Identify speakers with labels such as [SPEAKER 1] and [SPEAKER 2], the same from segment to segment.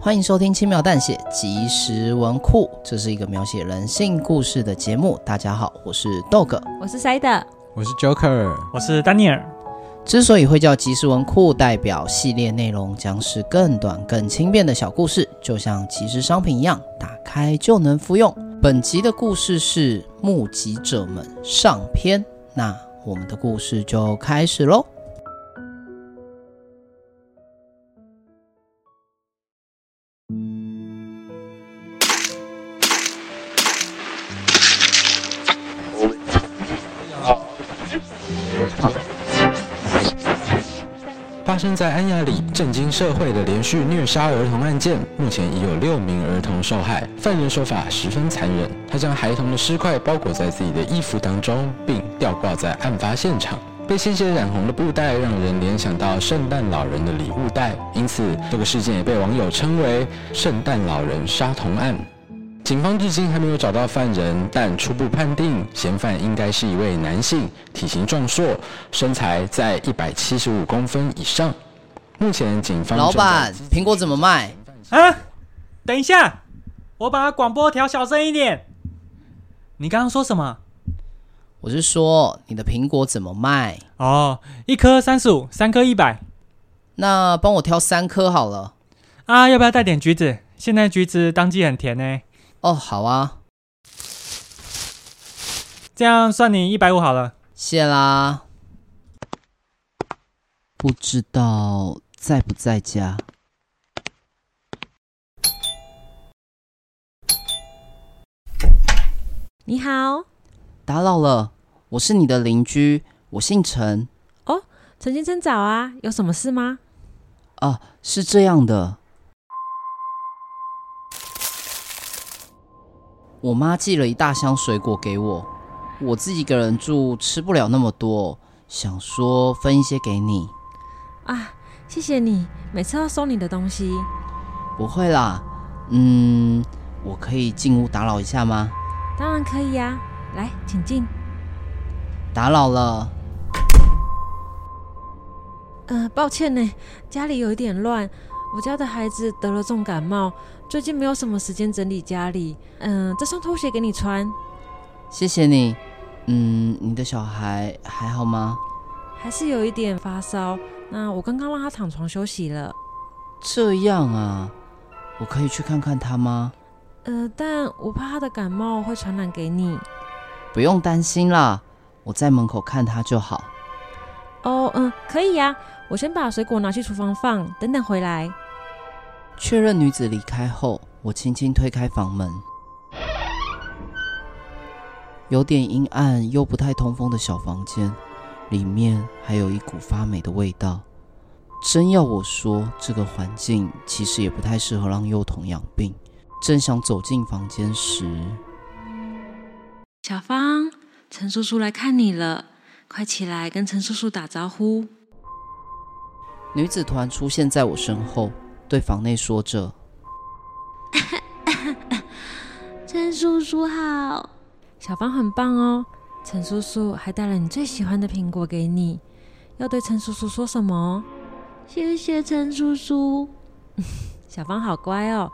[SPEAKER 1] 欢迎收听《轻描淡写即时文库》，这是一个描写人性故事的节目。大家好，我是 Dog。
[SPEAKER 2] 我是 Side，
[SPEAKER 3] 我是 Joker，
[SPEAKER 4] 我是丹尼尔，
[SPEAKER 1] 之所以会叫即时文库，代表系列内容将是更短、更轻便的小故事，就像即时商品一样，打开就能服用。本集的故事是《目击者们》上篇，那我们的故事就开始喽。
[SPEAKER 3] 发生在安雅里震惊社会的连续虐杀儿童案件，目前已有六名儿童受害。犯人手法十分残忍，他将孩童的尸块包裹在自己的衣服当中，并吊挂在案发现场。被鲜血染红的布袋让人联想到圣诞老人的礼物袋，因此这个事件也被网友称为“圣诞老人杀童案”。警方至今还没有找到犯人，但初步判定嫌犯应该是一位男性，体型壮硕，身材在一百七十五公分以上。目前警方
[SPEAKER 1] 老
[SPEAKER 3] 正在
[SPEAKER 1] 板，苹果怎么卖？
[SPEAKER 4] 啊，等一下，我把广播调小声一点。你刚刚说什么？
[SPEAKER 1] 我是说你的苹果怎么卖？
[SPEAKER 4] 哦，一颗三十五，三颗一百。
[SPEAKER 1] 那帮我挑三颗好了。
[SPEAKER 4] 啊，要不要带点橘子？现在橘子当季很甜呢、
[SPEAKER 1] 哦，好啊，
[SPEAKER 4] 这样算你一百五好了。
[SPEAKER 1] 谢啦。不知道在不在家？
[SPEAKER 2] 你好，
[SPEAKER 1] 打扰了，我是你的邻居，我姓陈。
[SPEAKER 2] 陈先生早啊，有什么事吗？
[SPEAKER 1] 啊，是这样的，我妈寄了一大箱水果给我，我自己一个人住，吃不了那么多，想说分一些给你。
[SPEAKER 2] 啊，谢谢你，每次都收你的东西。
[SPEAKER 1] 不会啦，嗯，我可以进屋打扰一下吗？
[SPEAKER 2] 当然可以呀、啊，来，请进。
[SPEAKER 1] 打扰了。
[SPEAKER 2] 呃，抱歉呢，家里有一点乱，我家的孩子得了重感冒，最近没有什么时间整理家里。嗯、这双拖鞋给你穿，
[SPEAKER 1] 谢谢你。嗯，你的小孩还好吗？
[SPEAKER 2] 还是有一点发烧。那我刚刚让他躺床休息了。
[SPEAKER 1] 这样啊，我可以去看看他吗？
[SPEAKER 2] 呃，但我怕他的感冒会传染给你。
[SPEAKER 1] 不用担心啦，我在门口看他就好。
[SPEAKER 2] 哦，嗯，可以呀、我先把水果拿去厨房放，等等回来。
[SPEAKER 1] 确认女子离开后，我轻轻推开房门。有点阴暗又不太通风的小房间，里面还有一股发霉的味道。真要我说，这个环境其实也不太适合让幼童养病。正想走进房间时，
[SPEAKER 2] 小芳，陈叔叔来看你了，快起来跟陈叔叔打招呼。
[SPEAKER 1] 女子突然出现在我身后，对房内说着
[SPEAKER 5] 陈叔叔好，
[SPEAKER 2] 小芳很棒哦，陈叔叔还带了你最喜欢的苹果给你，要对陈叔叔说什么哦？
[SPEAKER 5] 谢谢陈叔叔。
[SPEAKER 2] 小芳好乖哦，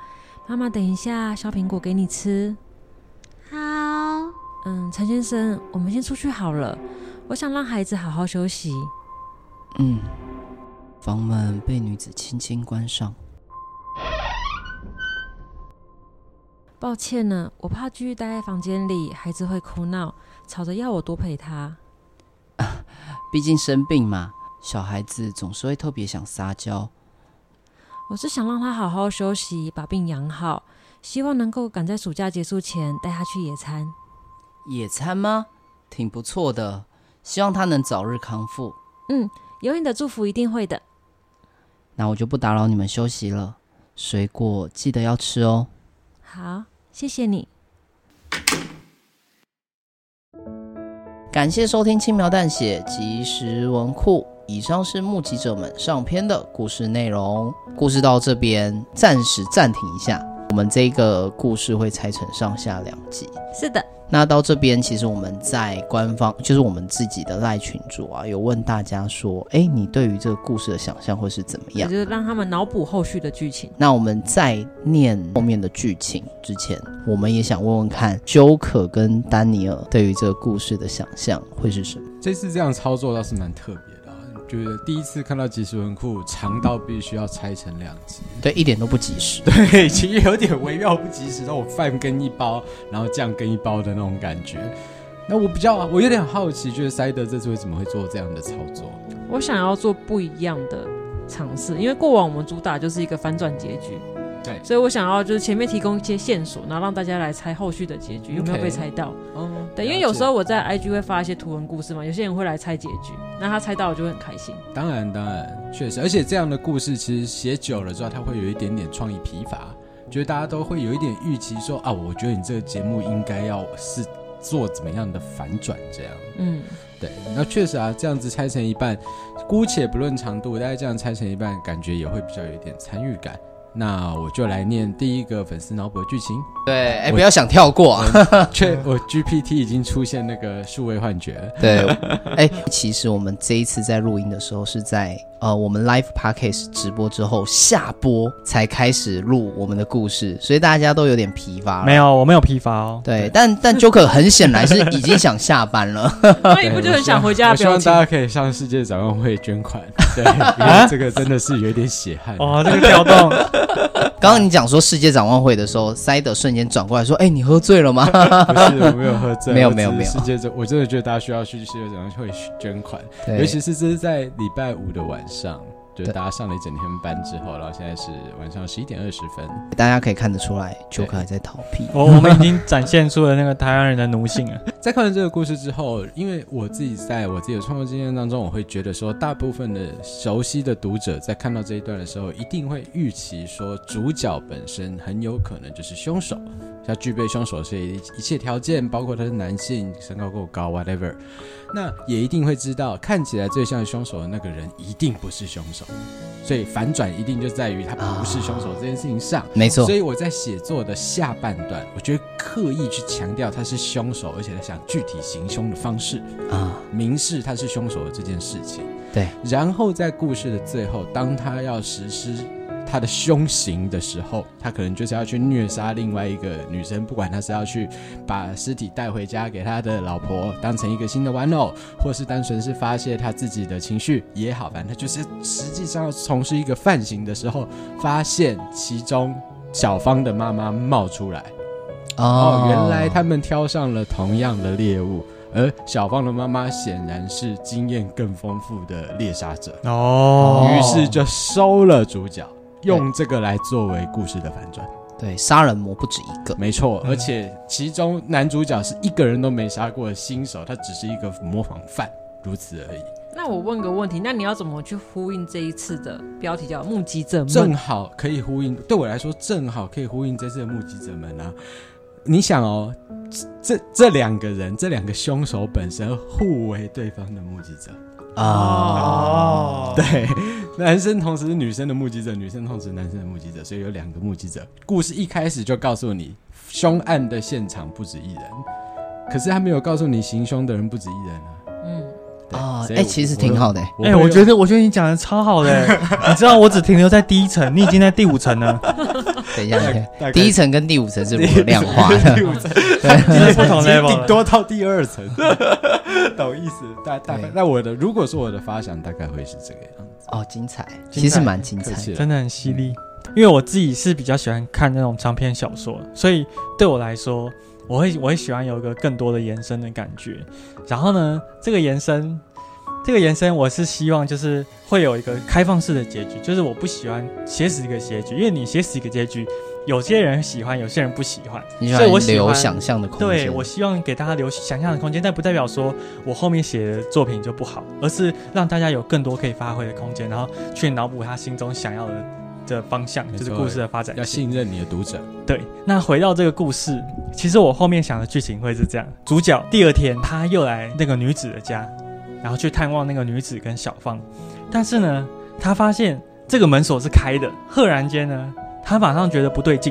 [SPEAKER 2] 妈妈等一下削苹果给你吃。
[SPEAKER 5] 好，
[SPEAKER 2] 嗯，陈先生，我们先出去好了，我想让孩子好好休息。：“
[SPEAKER 1] 嗯。”房门被女子轻轻关上。
[SPEAKER 2] 抱歉呢，我怕继续待在房间里，孩子会哭闹，吵着要我多陪他。
[SPEAKER 1] 毕竟生病嘛，小孩子总是会特别想撒娇。
[SPEAKER 2] 我是想让他好好休息，把病养好，希望能够赶在暑假结束前带他去野餐。
[SPEAKER 1] 野餐吗？挺不错的，希望他能早日康复。
[SPEAKER 2] 有你的祝福，一定会的。
[SPEAKER 1] 那我就不打扰你们休息了，水果记得要吃哦。
[SPEAKER 2] 好，谢谢你。
[SPEAKER 1] 感谢收听轻描淡写即时文库。以上是目击者们上篇的故事内容。故事到这边暂时暂停一下，我们这个故事会拆成上下两集。
[SPEAKER 2] 是的，
[SPEAKER 1] 那到这边，其实我们在官方，就是我们自己的赖群主啊，有问大家说，哎，你对于这个故事的想象会是怎么
[SPEAKER 2] 也
[SPEAKER 1] 样
[SPEAKER 2] 就？是让他们脑补后续的剧情。
[SPEAKER 1] 那我们在念后面的剧情之前，我们也想问问看，Joker 跟丹尼尔对于这个故事的想象会是什么？
[SPEAKER 6] 这次这样操作倒是蛮特别的、啊，就是第一次看到即时文库长到必须要拆成两集，
[SPEAKER 1] 对，一点都不及时。
[SPEAKER 6] 对，其实有点微妙不及时，让我饭跟一包，然后酱跟一包的那种感觉。那我比较，我有点好奇，就是塞德这次为什么会做这样的操作？
[SPEAKER 2] 我想要做不一样的尝试，因为过往我们主打就是一个反转结局，
[SPEAKER 6] 对
[SPEAKER 2] 所以我想要就是前面提供一些线索，然后让大家来猜后续的结局有没有
[SPEAKER 6] OK
[SPEAKER 2] 被猜到。
[SPEAKER 6] 哦，
[SPEAKER 2] 对，因为有时候我在 IG 会发一些图文故事嘛，有些人会来猜结局，那他猜到我就会很开心。
[SPEAKER 6] 当然，当然，确实，而且这样的故事其实写久了之后，它会有一点点创意疲乏，觉得大家都会有一点预期说啊，我觉得你这个节目应该要是做怎么样的反转这样。
[SPEAKER 2] 嗯，
[SPEAKER 6] 对，那确实啊，这样子拆成一半，姑且不论长度，大家这样拆成一半，感觉也会比较有一点参与感。那我就来念第一个粉丝脑补的剧情，
[SPEAKER 1] 对，哎，
[SPEAKER 6] 我
[SPEAKER 1] 不要想跳过、啊。
[SPEAKER 6] 确我 GPT 已经出现那个数位幻觉了，
[SPEAKER 1] 对，哎、其实我们这一次在录音的时候是在呃我们 live podcast 直播之后下播才开始录我们的故事，所以大家都有点疲乏了。
[SPEAKER 4] 没，有，我没有批发哦。
[SPEAKER 1] 对，但但 Joker 很显然是已经想下班了。
[SPEAKER 2] 那一不就很想回家
[SPEAKER 6] 我
[SPEAKER 2] 的
[SPEAKER 6] 希望
[SPEAKER 2] 表情
[SPEAKER 6] 大？家可以向世界展望会捐款， 对，因
[SPEAKER 1] 啊
[SPEAKER 6] 为这个真的是有点血汗。
[SPEAKER 4] 哦，这个调动，
[SPEAKER 1] 刚刚你讲说世界展望会的时候，塞德瞬间转过来说：“哎、你喝醉了吗
[SPEAKER 6] 啊不是，我没有喝醉，
[SPEAKER 1] 没有
[SPEAKER 6] 我只
[SPEAKER 1] 没有
[SPEAKER 6] 是
[SPEAKER 1] 没有
[SPEAKER 6] 世界展，我真的觉得大家需要去世界展望会捐款，？”
[SPEAKER 1] 对，
[SPEAKER 6] 尤其是这是在礼拜五的晚上，就是
[SPEAKER 1] 对
[SPEAKER 6] 大家上了一整天班之后，然后现在是晚上十一点二十分。
[SPEAKER 1] 大家可以看得出来
[SPEAKER 6] 对哦
[SPEAKER 1] ，Joker 还在逃避。
[SPEAKER 4] 我我们已经展现出了那个台湾人的奴性了。
[SPEAKER 6] 在看完这个故事之后，因为我自己在我自己的创作经验当中，我会觉得说，大部分的熟悉的读者在看到这一段的时候，一定会预期说，主角本身很有可能就是凶手，要具备凶手这一一切条件，包括他是男性、身高够高，whatever。那也一定会知道，看起来最像凶手的那个人一定不是凶手，所以反转一定就在于他不是凶手这件事情上。
[SPEAKER 1] 没错
[SPEAKER 6] 所，以我在写作的下半段，我觉得刻意去强调他是凶手，而且他想具体行凶的方式，
[SPEAKER 1] 啊，
[SPEAKER 6] 明示他是凶手的这件事情。
[SPEAKER 1] 对。
[SPEAKER 6] 然后在故事的最后，当他要实施他的凶行的时候，他可能就是要去虐杀另外一个女生，不管他是要去把尸体带回家给他的老婆当成一个新的玩偶，或是单纯是发泄他自己的情绪也好，反正他就是实际上要从事一个犯行的时候，发现其中小芳的妈妈冒出来。哦，原来他们挑上了同样的猎物，而小芳的妈妈显然是经验更丰富的猎杀者，
[SPEAKER 4] 哦
[SPEAKER 6] 于是就收了主角，用这个来作为故事的反转。
[SPEAKER 1] 对杀人魔不止一个。
[SPEAKER 6] 没错，而且其中男主角是一个人都没杀过的新手，他只是一个模仿犯，如此而已。
[SPEAKER 2] 那我问个问题，那你要怎么去呼应这一次的标题叫“目击者
[SPEAKER 6] 正
[SPEAKER 2] 梦
[SPEAKER 6] 好可以呼应，对我来说正好可以呼应这次的目击者们啊。你想哦，这这这两个人，这两个凶手本身互为对方的目击者。
[SPEAKER 1] 啊，
[SPEAKER 4] 哦，
[SPEAKER 6] 对，男生同时是女生的目击者，女生同时是男生的目击者，所以有两个目击者。故事一开始就告诉你，凶案的现场不止一人，可是他没有告诉你行凶的人不止一人啊。”？
[SPEAKER 2] 嗯，
[SPEAKER 6] 对
[SPEAKER 1] 啊，哎、
[SPEAKER 6] 所以
[SPEAKER 1] 其实挺好的、
[SPEAKER 6] 我。
[SPEAKER 4] 哎、我觉得我觉得你讲的超好的、 你知道我只停留在第一层，你已经在第五层了，
[SPEAKER 1] 等一下，等一下
[SPEAKER 6] 大 概
[SPEAKER 1] 第一层跟第五层是不量化的。
[SPEAKER 6] 第五层
[SPEAKER 4] 这是不同 level
[SPEAKER 6] 顶
[SPEAKER 4] 了。
[SPEAKER 6] 多到第二层， 懂意思？大大概
[SPEAKER 1] 对
[SPEAKER 6] 那我的如果说我的发想大概会是这个样子，
[SPEAKER 1] 哦，精彩，
[SPEAKER 4] 精彩
[SPEAKER 1] 其实蛮精
[SPEAKER 6] 客
[SPEAKER 1] 彩。
[SPEAKER 6] 气了。
[SPEAKER 4] 真的很犀利。因为我自己是比较喜欢看那种长篇小说，所以对我来说，我会我会喜欢有一个更多的延伸的感觉。然后呢，这个延伸，这个延伸，我是希望就是会有一个开放式的结局，就是我不喜欢写死一个结局，因为你写死一个结局，有些人喜欢，有些人不喜欢。
[SPEAKER 1] 你
[SPEAKER 4] 所以我喜
[SPEAKER 1] 留
[SPEAKER 4] 欢
[SPEAKER 1] 想象的空间。
[SPEAKER 4] 对我希望给大家留想象的空间，但不代表说我后面写的作品就不好，而是让大家有更多可以发挥的空间，然后去脑补他心中想要的的方向，
[SPEAKER 6] 没错
[SPEAKER 4] 就是故事的发展
[SPEAKER 6] 要
[SPEAKER 4] 性。
[SPEAKER 6] 信任你的读者，
[SPEAKER 4] 对，那回到这个故事，其实我后面想的剧情会是这样：主角第二天他又来那个女子的家，然后去探望那个女子跟小芳，但是呢，他发现这个门锁是开的，赫然间呢，他马上觉得不对劲，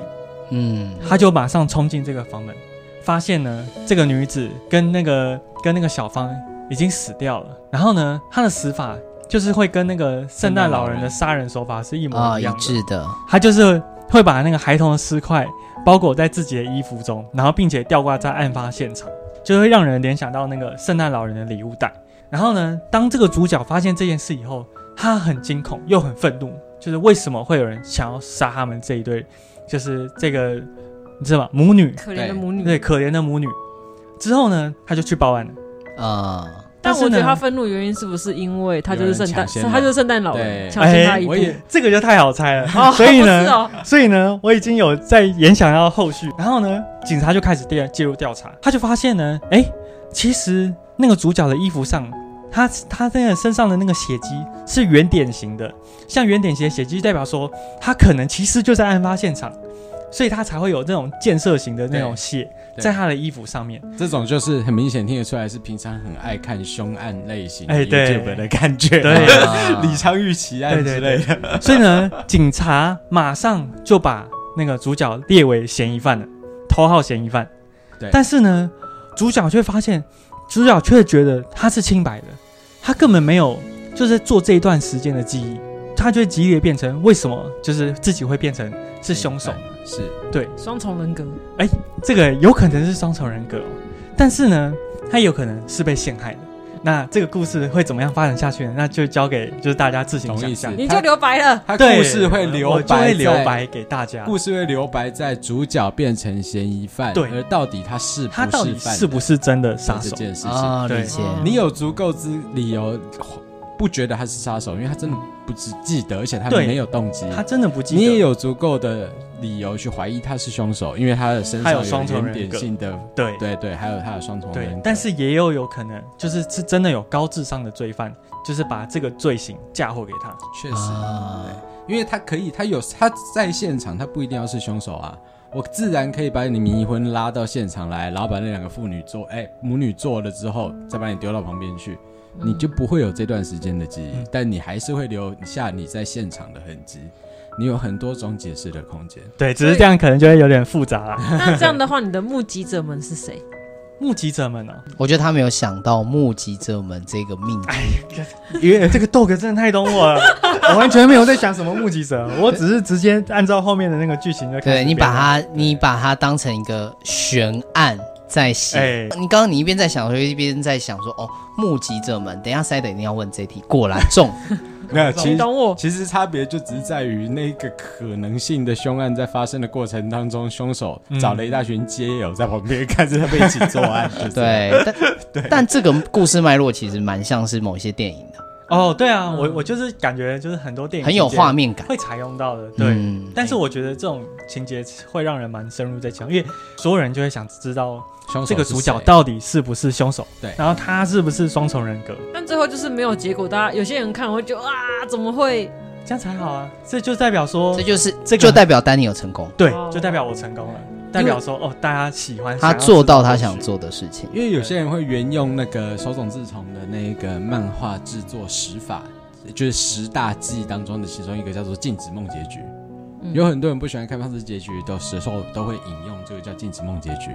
[SPEAKER 1] 嗯，
[SPEAKER 4] 他就马上冲进这个房门，发现呢，这个女子跟那个跟那个小芳已经死掉了。然后呢，她的死法就是会跟那个圣诞老人的杀人手法是一模
[SPEAKER 1] 啊，
[SPEAKER 4] 一
[SPEAKER 1] 一
[SPEAKER 4] 样的。
[SPEAKER 1] 致的，
[SPEAKER 4] 他就是会把那个孩童的尸块包裹在自己的衣服中，然后并且吊挂在案发现场，就会让人联想到那个圣诞老人的礼物袋。然后呢，当这个主角发现这件事以后，他很惊恐又很愤怒，就是为什么会有人想要杀他们这一对，就是这个你知道吗？母女
[SPEAKER 2] 可怜的母女。
[SPEAKER 4] 对可怜的母女。之后呢，他就去报案了。
[SPEAKER 1] 啊，
[SPEAKER 2] 但
[SPEAKER 4] 是
[SPEAKER 2] 我觉
[SPEAKER 4] 呢
[SPEAKER 2] 得他愤怒原因是不是因为他就是圣
[SPEAKER 6] 有人
[SPEAKER 2] 诞，
[SPEAKER 6] 抢先了
[SPEAKER 2] 他就是圣诞老人
[SPEAKER 6] 对
[SPEAKER 2] 抢先他
[SPEAKER 4] 哎
[SPEAKER 2] 一步
[SPEAKER 6] 我？ 也
[SPEAKER 4] 这个就太好猜了，
[SPEAKER 2] 哦，
[SPEAKER 4] 所以呢，
[SPEAKER 2] 不是哦，
[SPEAKER 4] 所以呢，我已经有在演想要后续，然后呢，警察就开始调介入调查，他就发现呢，哎，其实那个主角的衣服上，他他那个身上的那个血迹是圆点形的，像圆点形的血迹代表说他可能其实就在案发现场，所以他才会有那种建设型的那种
[SPEAKER 6] 对
[SPEAKER 4] 血
[SPEAKER 6] 对
[SPEAKER 4] 在他的衣服上面。
[SPEAKER 6] 这种就是很明显听得出来是平常很爱看凶案类型
[SPEAKER 4] 哎对
[SPEAKER 6] YouTube 的感觉，
[SPEAKER 4] 对
[SPEAKER 1] 啊
[SPEAKER 6] 李昌钰奇案之类的，
[SPEAKER 4] 所以呢，警察马上就把那个主角列为嫌疑犯了，头号嫌疑犯。
[SPEAKER 6] 对
[SPEAKER 4] 但是呢，主角却发现，主角却觉得他是清白的，他根本没有就是做这一段时间的记忆，他就会激烈变成为什么就是自己会变成是凶手，
[SPEAKER 6] 是
[SPEAKER 2] 双重人格，
[SPEAKER 4] 这个有可能是双重人格、哦，但是呢，他有可能是被陷害的。那这个故事会怎么样发展下去呢？那就交给就是大家自行
[SPEAKER 6] 同
[SPEAKER 4] 想
[SPEAKER 6] 意
[SPEAKER 4] 象
[SPEAKER 6] 思。
[SPEAKER 2] 你就留白了。
[SPEAKER 6] 他
[SPEAKER 4] 对
[SPEAKER 6] 故事会
[SPEAKER 4] 我
[SPEAKER 6] 留
[SPEAKER 4] 就
[SPEAKER 6] 白，
[SPEAKER 4] 会留。白给大家。
[SPEAKER 6] 故事会留白在主角变成嫌疑犯，
[SPEAKER 4] 对
[SPEAKER 6] 而到底他是不
[SPEAKER 4] 他到底
[SPEAKER 6] 犯
[SPEAKER 4] 是不是真的杀
[SPEAKER 6] 这
[SPEAKER 4] 手？
[SPEAKER 6] 件事情，
[SPEAKER 1] 啊，
[SPEAKER 4] 对
[SPEAKER 1] 理解，
[SPEAKER 2] 嗯
[SPEAKER 6] 你有足够之理由不觉得他是杀手，因为他真的不只记得，而且他
[SPEAKER 4] 对
[SPEAKER 6] 没有动机。
[SPEAKER 4] 他真的不记得？
[SPEAKER 6] 你也有足够的理由去怀疑他是凶手，因为他的身
[SPEAKER 4] 他
[SPEAKER 6] 上
[SPEAKER 4] 有双重
[SPEAKER 6] 原
[SPEAKER 4] 人
[SPEAKER 6] 点
[SPEAKER 4] 格
[SPEAKER 6] 性的，
[SPEAKER 4] 对哦
[SPEAKER 6] 对对，还有他的双重人
[SPEAKER 4] 对
[SPEAKER 6] 格，
[SPEAKER 4] 但是也有有可能，就是是真的有高智商的罪犯，就是把这个罪行嫁祸给他。
[SPEAKER 6] 确实，
[SPEAKER 1] 啊
[SPEAKER 6] 对，因为他可以，他有他在现场，他不一定要是凶手啊。我自然可以把你迷魂拉到现场来，然后把那两个妇女做，哎、母女做了之后，再把你丢到旁边去，
[SPEAKER 2] 嗯
[SPEAKER 6] 你就不会有这段时间的记忆，
[SPEAKER 4] 嗯
[SPEAKER 6] 但你还是会留下你在现场的痕迹。你有很多种解释的空间。
[SPEAKER 4] 对，只是这样可能就会有点复杂啦。
[SPEAKER 2] 嗯那这样的话，你的目击者们是谁？
[SPEAKER 4] 目击者们哦，
[SPEAKER 1] 我觉得他没有想到目击者们这个命题，
[SPEAKER 4] 哎因 为这个豆哥真的太懂我 了，我完全没有在想什么目击者，我只是直接按照后面的那个啊剧情就开始
[SPEAKER 1] 对你
[SPEAKER 4] 编
[SPEAKER 1] 把
[SPEAKER 4] 了
[SPEAKER 1] 它你把它当成一个悬案在写。
[SPEAKER 4] 哎
[SPEAKER 1] 你刚刚你一边在想，我就一边在想说，哦，目击者们，等一下塞德一定要问这题，果然中。
[SPEAKER 6] 没有，
[SPEAKER 2] 你懂我？
[SPEAKER 6] 其实差别就只是在于那个可能性的凶案在发生的过程当中，凶手
[SPEAKER 4] 嗯
[SPEAKER 6] 找了一大群街友在旁边看着他们一起作案，就这样
[SPEAKER 1] 对，但但这个故事脉络其实蛮像是某一些电影的，
[SPEAKER 4] 哦，对啊，我我就是感觉就是很多电影
[SPEAKER 1] 很有
[SPEAKER 4] 情节
[SPEAKER 1] 画面感。
[SPEAKER 4] 会采用到的，对。
[SPEAKER 1] 嗯
[SPEAKER 4] 但是我觉得这种情节会让人蛮深入在讲，因为所有人就会想知道
[SPEAKER 6] 凶手
[SPEAKER 4] 这个
[SPEAKER 6] 是
[SPEAKER 4] 主角
[SPEAKER 6] 谁
[SPEAKER 4] 到底是不是凶手，
[SPEAKER 6] 对
[SPEAKER 4] 然后他是不是双重人格，
[SPEAKER 2] 但最后就是没有结果，大家有些人看会觉得啊，怎么会？
[SPEAKER 4] 这样才好啊。这就代表说
[SPEAKER 1] 这，就是
[SPEAKER 4] 这个
[SPEAKER 1] 就代表丹尼有成功，
[SPEAKER 4] 对
[SPEAKER 2] 哦，
[SPEAKER 4] 就代表我成功了，代表说哦，大家喜欢
[SPEAKER 1] 他
[SPEAKER 4] 想要
[SPEAKER 1] 做
[SPEAKER 4] 知道
[SPEAKER 1] 到他
[SPEAKER 4] 后续
[SPEAKER 1] 想，做的事情。
[SPEAKER 6] 因为有些人会沿用那个手冢治虫的那个漫画制作十法，就是十大技当中的其中一个叫做禁止梦结局。
[SPEAKER 2] 嗯
[SPEAKER 6] 有很多人不喜欢开放式结局，都时候都会引用这个叫禁止梦结局。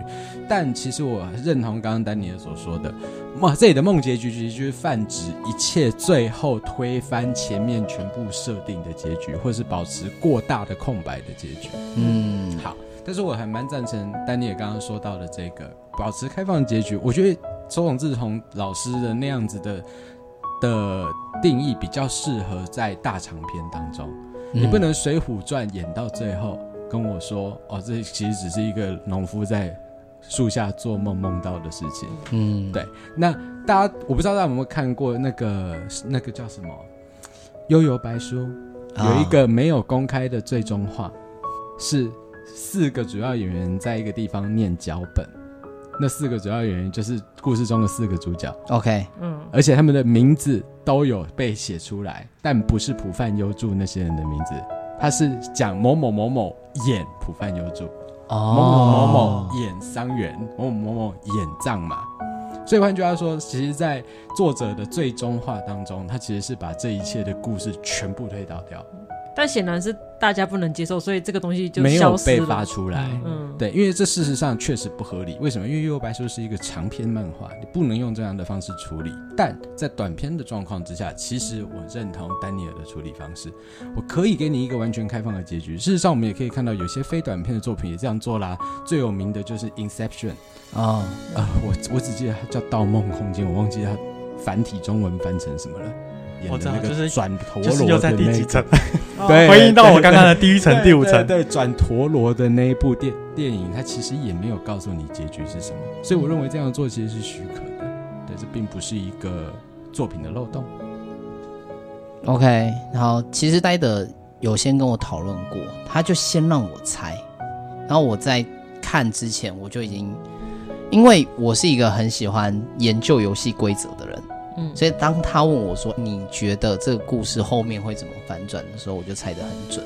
[SPEAKER 6] 但其实我认同刚刚丹尼尔所说的，梦这里的梦结局其实就是泛指一切最后推翻前面全部设定的结局，或是保持过大的空白的结局。
[SPEAKER 1] 嗯，
[SPEAKER 6] 好，但是我还蛮赞成丹尼尔刚刚说到的这个保持开放的结局。我觉得周永志从老师的那样子的的定义比较适合在大长篇当中。你不
[SPEAKER 1] 嗯
[SPEAKER 6] 能《水浒传》演到最后跟我说，哦，这其实只是一个农夫在树下做梦梦到的事情。
[SPEAKER 1] 嗯
[SPEAKER 6] 对那大家，我不知道大家有没有看过那个那个叫什么《悠游白书》，
[SPEAKER 1] 啊
[SPEAKER 6] 有一个没有公开的最终话，是四个主要演员在一个地方念脚本。那四个主要演员就是故事中的四个主角，
[SPEAKER 1] 啊 OK，
[SPEAKER 2] 嗯，
[SPEAKER 6] 而且他们的名字都有被写出来，但不是浦饭优助那些人的名字，他是讲某某某某演浦饭优助，某某某
[SPEAKER 1] 哦，
[SPEAKER 6] 某演伤员，某某某某演藏马。所以换句话说，其实，在作者的最终话当中，他其实是把这一切的故事全部推倒掉，
[SPEAKER 2] 但显然是大家不能接受，所以这个东西就
[SPEAKER 6] 没有
[SPEAKER 2] 消失
[SPEAKER 6] 被
[SPEAKER 2] 了
[SPEAKER 6] 发出来。
[SPEAKER 2] 嗯，
[SPEAKER 6] 对，因为这事实上确实不合理。为什么？因为《幽游白书》是一个长篇漫画，你不能用这样的方式处理。但在短篇的状况之下，其实我认同丹尼尔的处理方式。我可以给你一个完全开放的结局。事实上，我们也可以看到有些非短篇的作品也这样做啦。最有名的就是《Inception》
[SPEAKER 1] 哦，
[SPEAKER 6] 啊，我我只记得它叫《盗梦空间》，我忘记它繁体中文翻成什么了。演
[SPEAKER 4] 我知
[SPEAKER 6] 的
[SPEAKER 4] 道
[SPEAKER 6] 那
[SPEAKER 4] 就
[SPEAKER 6] 个
[SPEAKER 4] 是
[SPEAKER 6] 转陀
[SPEAKER 4] 就是
[SPEAKER 6] 螺
[SPEAKER 4] 又
[SPEAKER 6] 的
[SPEAKER 4] 在第
[SPEAKER 6] 那
[SPEAKER 4] 几
[SPEAKER 6] 个
[SPEAKER 4] 层，
[SPEAKER 6] 对，
[SPEAKER 4] 回应到我
[SPEAKER 6] 对
[SPEAKER 4] 刚刚的第一层、第五层。
[SPEAKER 6] 对对对转陀螺的那一部电电影，它其实也没有告诉你结局是什么，所以我认为这样做其实是许可的，对，这并不是一个作品的漏洞。
[SPEAKER 1] OK，然后其实呆德有先跟我讨论过，他就先让我猜，然后我在看之前我就已经，因为我是一个很喜欢研究游戏规则的人，
[SPEAKER 2] 嗯
[SPEAKER 1] 所以当他问我说你觉得这个故事后面会怎么反转的时候，我就猜得很准。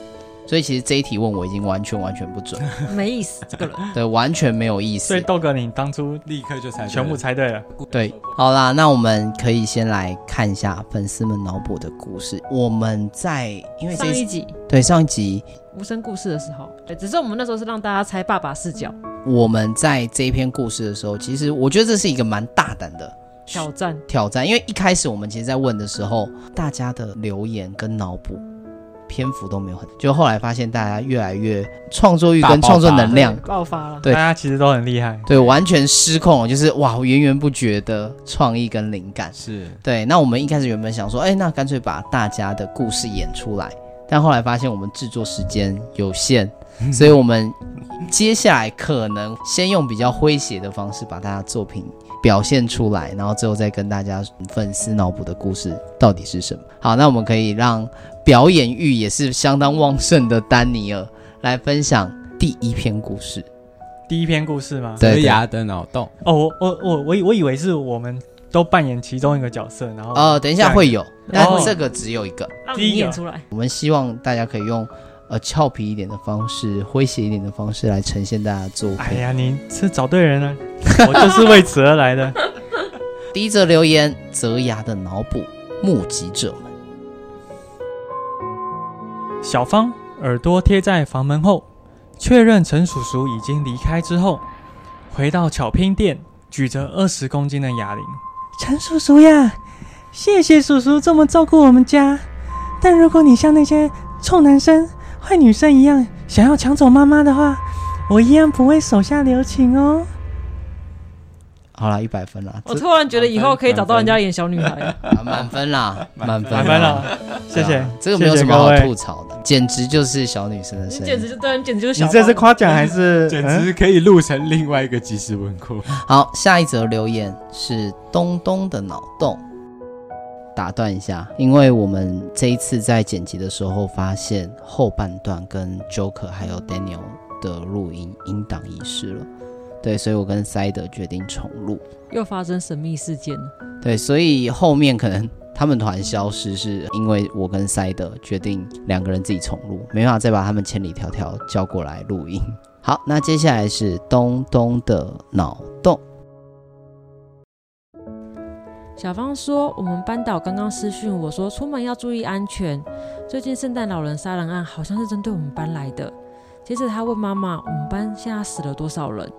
[SPEAKER 1] 所以其实这一题问我已经完全完全不准，
[SPEAKER 2] 嗯没 意思，这个人
[SPEAKER 1] 对，完全没有意思。
[SPEAKER 4] 所以豆哥，你当初
[SPEAKER 6] 立刻就猜
[SPEAKER 4] 全部猜对了。
[SPEAKER 1] 对，好啦，那我们可以先来看一下粉丝们脑补的故事。我们在因为这
[SPEAKER 2] 上一
[SPEAKER 1] 一
[SPEAKER 2] 集
[SPEAKER 1] 对上一集，
[SPEAKER 2] 无声故事的时候，对，只是我们那时候是让大家猜爸爸视角
[SPEAKER 1] 我们在这一篇故事的时候，其实我觉得这是一个蛮大胆的
[SPEAKER 2] 挑战，
[SPEAKER 1] 挑战，因为一开始我们其实在问的时候，大家的留言跟脑补篇幅都没有很，就后来发现大家越来越创作欲
[SPEAKER 6] 大爆
[SPEAKER 1] 跟
[SPEAKER 6] 发
[SPEAKER 1] 创作能量
[SPEAKER 2] 对爆发了。
[SPEAKER 1] 对
[SPEAKER 4] 大家其实都很厉害。
[SPEAKER 1] 对完全失控了，就是哇源源不绝的创意跟灵感。
[SPEAKER 6] 是
[SPEAKER 1] 对，那我们一开始原本想说，哎，那干脆把大家的故事演出来，但后来发现我们制作时间有限，所以我们接下来可能先用比较诙谐的方式把大家作品表现出来，然后最后再跟大家粉丝脑补的故事到底是什么。好，那我们可以让表演欲也是相当旺盛的丹尼尔来分享第一篇故事。
[SPEAKER 4] 第一篇故事吗？
[SPEAKER 1] 对
[SPEAKER 6] 遮
[SPEAKER 1] 对
[SPEAKER 6] 牙的脑洞，
[SPEAKER 4] 哦，我我我我以我以为是我们都扮演其中一个角色，然后
[SPEAKER 1] 呃，等一下会有，但
[SPEAKER 4] 哦
[SPEAKER 1] 这个只有一个。
[SPEAKER 2] 让
[SPEAKER 4] 第一
[SPEAKER 2] 你
[SPEAKER 4] 个
[SPEAKER 2] 演出来，
[SPEAKER 1] 我们希望大家可以用呃俏皮一点的方式、诙谐一点的方式来呈现大家的作品。
[SPEAKER 4] 哎呀，你是找对人了， 我就是为此而来的。
[SPEAKER 1] 第一则留言：泽牙的脑补目击者们。
[SPEAKER 4] 小芳耳朵贴在房门后，确认陈叔叔已经离开之后，回到巧拼店，举着二十公斤的哑铃。
[SPEAKER 7] 陈叔叔呀，谢谢叔叔这么照顾我们家。但如果你像那些臭男生、坏女生一样，想要抢走妈妈的话，我一样不会手下留情哦。
[SPEAKER 1] 好啦，一百分啦，
[SPEAKER 4] 哦
[SPEAKER 2] 我
[SPEAKER 1] 这
[SPEAKER 2] 突然觉得以后可以找到人家演小女孩，
[SPEAKER 1] 啊满分啦，满分，
[SPEAKER 4] 满分。了，谢
[SPEAKER 1] 对
[SPEAKER 4] 谢
[SPEAKER 1] 啊。这个没有什么好
[SPEAKER 4] 谢谢各
[SPEAKER 1] 吐
[SPEAKER 4] 位。
[SPEAKER 1] 槽的，简直 就是小女生的
[SPEAKER 2] 你
[SPEAKER 1] 声
[SPEAKER 2] 简
[SPEAKER 1] 音。
[SPEAKER 2] 直就对，你简直就是小芳。
[SPEAKER 4] 你这是夸奖还 是？
[SPEAKER 6] 简
[SPEAKER 4] 嗯
[SPEAKER 6] 直可以录成另外一个即时文库。
[SPEAKER 1] 好，下一则留言是东东的脑洞。打断一下，因为我们这一次在剪辑的时候发现后半段跟 Joker 还有 Daniel 的录音音档遗失了，对，所以我跟 Side 决定重录。
[SPEAKER 2] 又发生神秘事件了，
[SPEAKER 1] 对，所以后面可能他们团消失，是因为我跟塞德决定两个人自己重录，没办法再把他们千里迢迢叫过来录音。好，那接下来是东东的脑洞。
[SPEAKER 2] 小芳说：“我们班导刚刚私讯我说，出门要注意安全。最近圣诞老人杀人案好像是针对我们班来的。”接着他问妈妈：“我们班现在死了多少人？”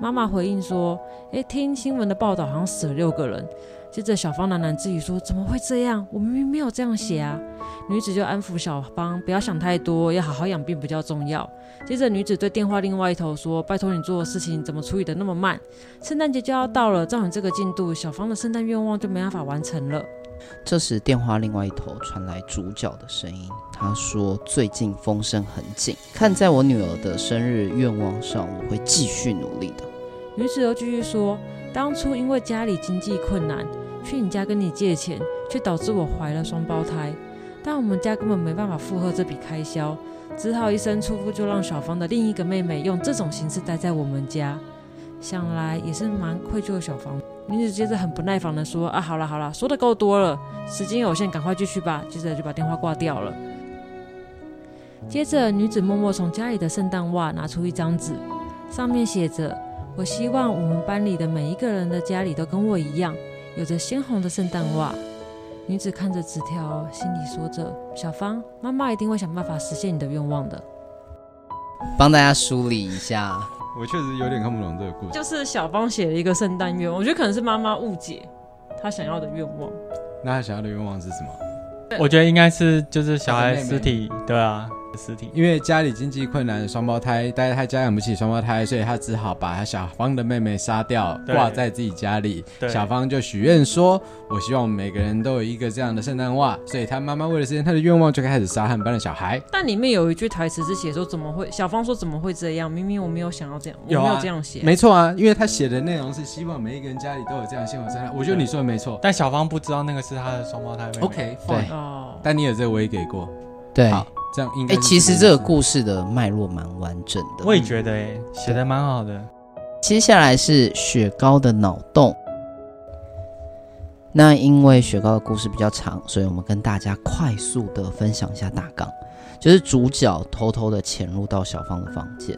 [SPEAKER 2] 妈妈回应说：“诶，听新闻的报道，好像死了六个人。”接着小芳喃喃自语说：“怎么会这样？我明明没有这样写啊！”女子就安抚小芳：“不要想太多，要好好养病比较重要。”接着女子对电话另外一头说：“拜托你做的事情怎么处理的那么慢？圣诞节就要到了，照你这个进度，小芳的圣诞愿望就没办法完成了。
[SPEAKER 1] 这时电话另外一头传来主角的声音，他说：“最近风声很紧，看在我女儿的生日愿望上，我会继续努力的。”
[SPEAKER 2] 女子又继续说：“当初因为家里经济困难，去你家跟你借钱，却导致我怀了双胞胎。但我们家根本没办法负荷这笔开销，只好一声出夫就让小芳的另一个妹妹用这种形式待在我们家。想来也是蛮愧疚小芳。”女子接着很不耐烦的说：“啊，好了好了，说的够多了，时间有限，赶快继续吧。”接着就把电话挂掉了。接着，女子默默从家里的圣诞袜拿出一张纸，上面写着。我希望我们班里的每一个人的家里都跟我一样，有着鲜红的圣诞袜。女子看着纸条，心里说着：“小芳，妈妈一定会想办法实现你的愿望的。
[SPEAKER 1] 帮大家梳理一下。
[SPEAKER 6] 我确实有点看不懂这个故”事。
[SPEAKER 2] 就是小芳写了一个圣诞愿望，我觉得可能是妈妈误解她想要的愿望。
[SPEAKER 6] 那他想要的愿望是什么？
[SPEAKER 4] 我觉得应该是就是小孩
[SPEAKER 6] 小孩妹妹
[SPEAKER 4] 尸体，对啊，尸体。
[SPEAKER 6] 因为家里经济困难，双胞胎，但是他家养不起双胞胎，所以他只好把他小芳的妹妹杀掉，
[SPEAKER 4] 对
[SPEAKER 6] 挂在自己家里。
[SPEAKER 4] 对
[SPEAKER 6] 小芳就许愿说：“我希望我们每个人都有一个这样的圣诞袜。”所以他妈妈为了实现他的愿望，就开始杀他们班的小孩。
[SPEAKER 2] 但里面有一句台词是写说：“怎么会？”小芳说：“怎么会这样？明明我没有想要这样，我
[SPEAKER 4] 有啊
[SPEAKER 2] 没有这样写。
[SPEAKER 6] 没错啊，因为他写的内容是希望每一个人家里都有这样的幸福圣诞。我觉得你说的没错。
[SPEAKER 4] 但小芳不知道那个是她的双胞胎妹妹。
[SPEAKER 6] OK，
[SPEAKER 1] 对
[SPEAKER 2] 哦，
[SPEAKER 6] 但你有这个我也给过。
[SPEAKER 1] 对，
[SPEAKER 6] 好，这样应该
[SPEAKER 1] 哎、
[SPEAKER 6] 是
[SPEAKER 1] 其实
[SPEAKER 6] 没
[SPEAKER 1] 这个
[SPEAKER 6] 事
[SPEAKER 1] 故事的脉络蛮完整的。
[SPEAKER 6] 嗯
[SPEAKER 4] 我也觉得哎，写的蛮好的。
[SPEAKER 1] 接下来是雪糕的脑洞。那因为雪糕的故事比较长，所以我们跟大家快速的分享一下大纲。就是主角偷偷的潜入到小芳的房间，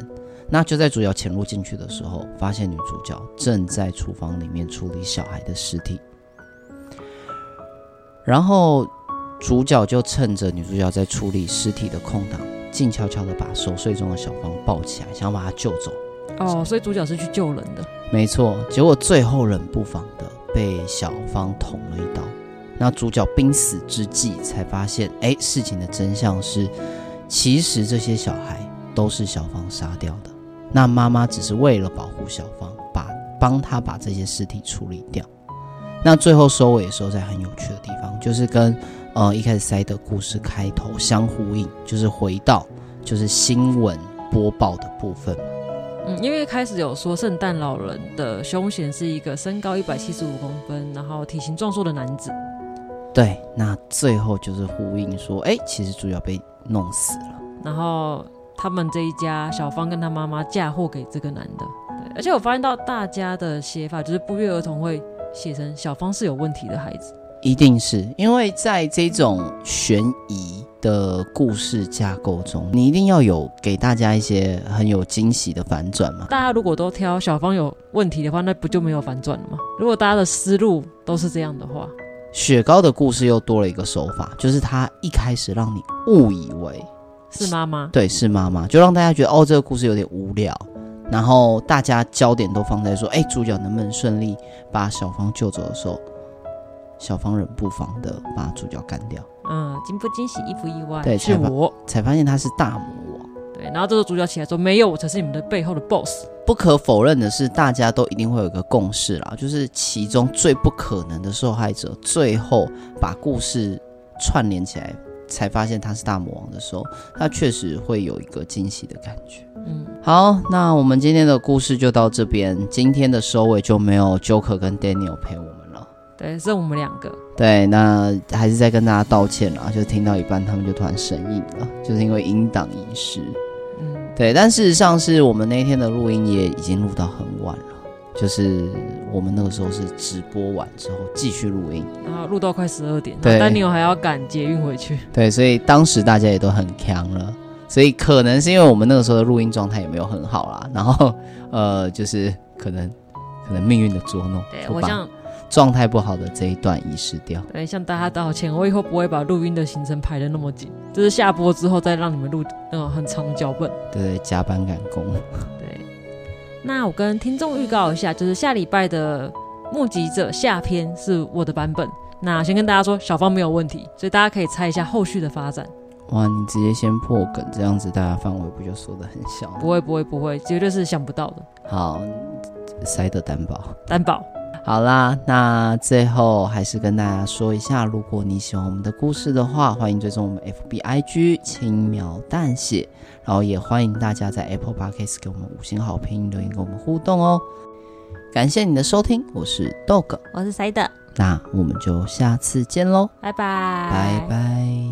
[SPEAKER 1] 那就在主角潜入进去的时候，发现女主角正在厨房里面处理小孩的尸体。然后主角就趁着女主角在处理尸体的空档，静悄悄的把熟睡中的小芳抱起来，想把她救走。
[SPEAKER 2] 哦，所以主角是去救人的。
[SPEAKER 1] 没错，结果最后冷不防的被小芳捅了一刀。那主角濒死之际，才发现，哎，事情的真相是，其实这些小孩都是小芳杀掉的。那妈妈只是为了保护小芳，把帮她把这些尸体处理掉。那最后收尾的时候，在很有趣的地方，就是跟呃一开始塞的故事开头相呼应，就是回到就是新闻播报的部分。
[SPEAKER 2] 嗯，因为一开始有说圣诞老人的凶险是一个身高一百七十五公分，然后体型壮硕的男子。
[SPEAKER 1] 对，那最后就是呼应说，哎，其实主角被弄死了。
[SPEAKER 2] 然后他们这一家小芳跟她妈妈嫁祸给这个男的。对，而且我发现到大家的写法就是不约而同会写成小芳是有问题的孩子。
[SPEAKER 1] 一定是因为在这种悬疑的故事架构中，你一定要有给大家一些很有惊喜的反转嘛。
[SPEAKER 2] 大家如果都挑小芳有问题的话，那不就没有反转了吗？如果大家的思路都是这样的话，
[SPEAKER 1] 雪糕的故事又多了一个手法，就是他一开始让你误以为
[SPEAKER 2] 是妈妈。
[SPEAKER 1] 对是妈妈，就让大家觉得哦这个故事有点无聊，然后大家焦点都放在说，哎，主角能不能顺利把小芳救走的时候，小芳冷不防的把主角干掉。
[SPEAKER 2] 嗯，惊不惊喜，意不意外？
[SPEAKER 1] 对
[SPEAKER 2] 是
[SPEAKER 1] 采访
[SPEAKER 2] 我。
[SPEAKER 1] 才发现他是大魔王。
[SPEAKER 2] 对，然后这时候主角起来说：“没有，我才是你们的背后的 boss。
[SPEAKER 1] 不可否认的是，大家都一定会有一个共识啦，就是其中最不可能的受害者，最后把故事串联起来，才发现他是大魔王的时候，他确实会有一个惊喜的感觉。”
[SPEAKER 2] 嗯，
[SPEAKER 1] 好，那我们今天的故事就到这边，今天的收尾就没有 Joker 跟 Daniel 陪我们了。
[SPEAKER 2] 对，剩我们两个。
[SPEAKER 1] 对，那还是再跟大家道歉啦，就听到一半他们就突然神隐了，就是因为音档遗失。
[SPEAKER 2] 嗯，
[SPEAKER 1] 对，但事实上是我们那天的录音也已经录到很晚了，就是我们那个时候是直播完之后继续录音，
[SPEAKER 2] 然后录到快十二点，
[SPEAKER 1] 对
[SPEAKER 2] 丹尼尔还要赶捷运回去。
[SPEAKER 1] 对，所以当时大家也都很强了，所以可能是因为我们那个时候的录音状态也没有很好啦，然后呃，就是可能可能命运的捉弄，
[SPEAKER 2] 对，
[SPEAKER 1] 就
[SPEAKER 2] 我
[SPEAKER 1] 把
[SPEAKER 2] 想，
[SPEAKER 1] 状态不好的这一段遗失掉。
[SPEAKER 2] 对，向大家道歉，我以后不会把录音的行程排的那么紧，就是下播之后再让你们录，嗯，很长的脚本。
[SPEAKER 1] 对，加班赶工，
[SPEAKER 2] 对，那我跟听众预告一下，就是下礼拜的《目击者》下篇是我的版本。那先跟大家说，小芳没有问题，所以大家可以猜一下后续的发展。
[SPEAKER 1] 哇，你直接先破梗，这样子大家范围不就缩得很小
[SPEAKER 2] 不
[SPEAKER 1] 了？
[SPEAKER 2] 会，不会，不会，绝对是想不到的，
[SPEAKER 1] 好，塞的担保。
[SPEAKER 2] 担保。
[SPEAKER 1] 好啦，那最后还是跟大家说一下，如果你喜欢我们的故事的话，欢迎追踪我们 FB IG 轻描淡写，然后也欢迎大家在 Apple Podcast 给我们五星好评，留言跟我们互动哦。感谢你的收听，我是 Dog，
[SPEAKER 5] 我是谁的？
[SPEAKER 1] 那我们就下次见喽，
[SPEAKER 5] 拜拜
[SPEAKER 1] 拜拜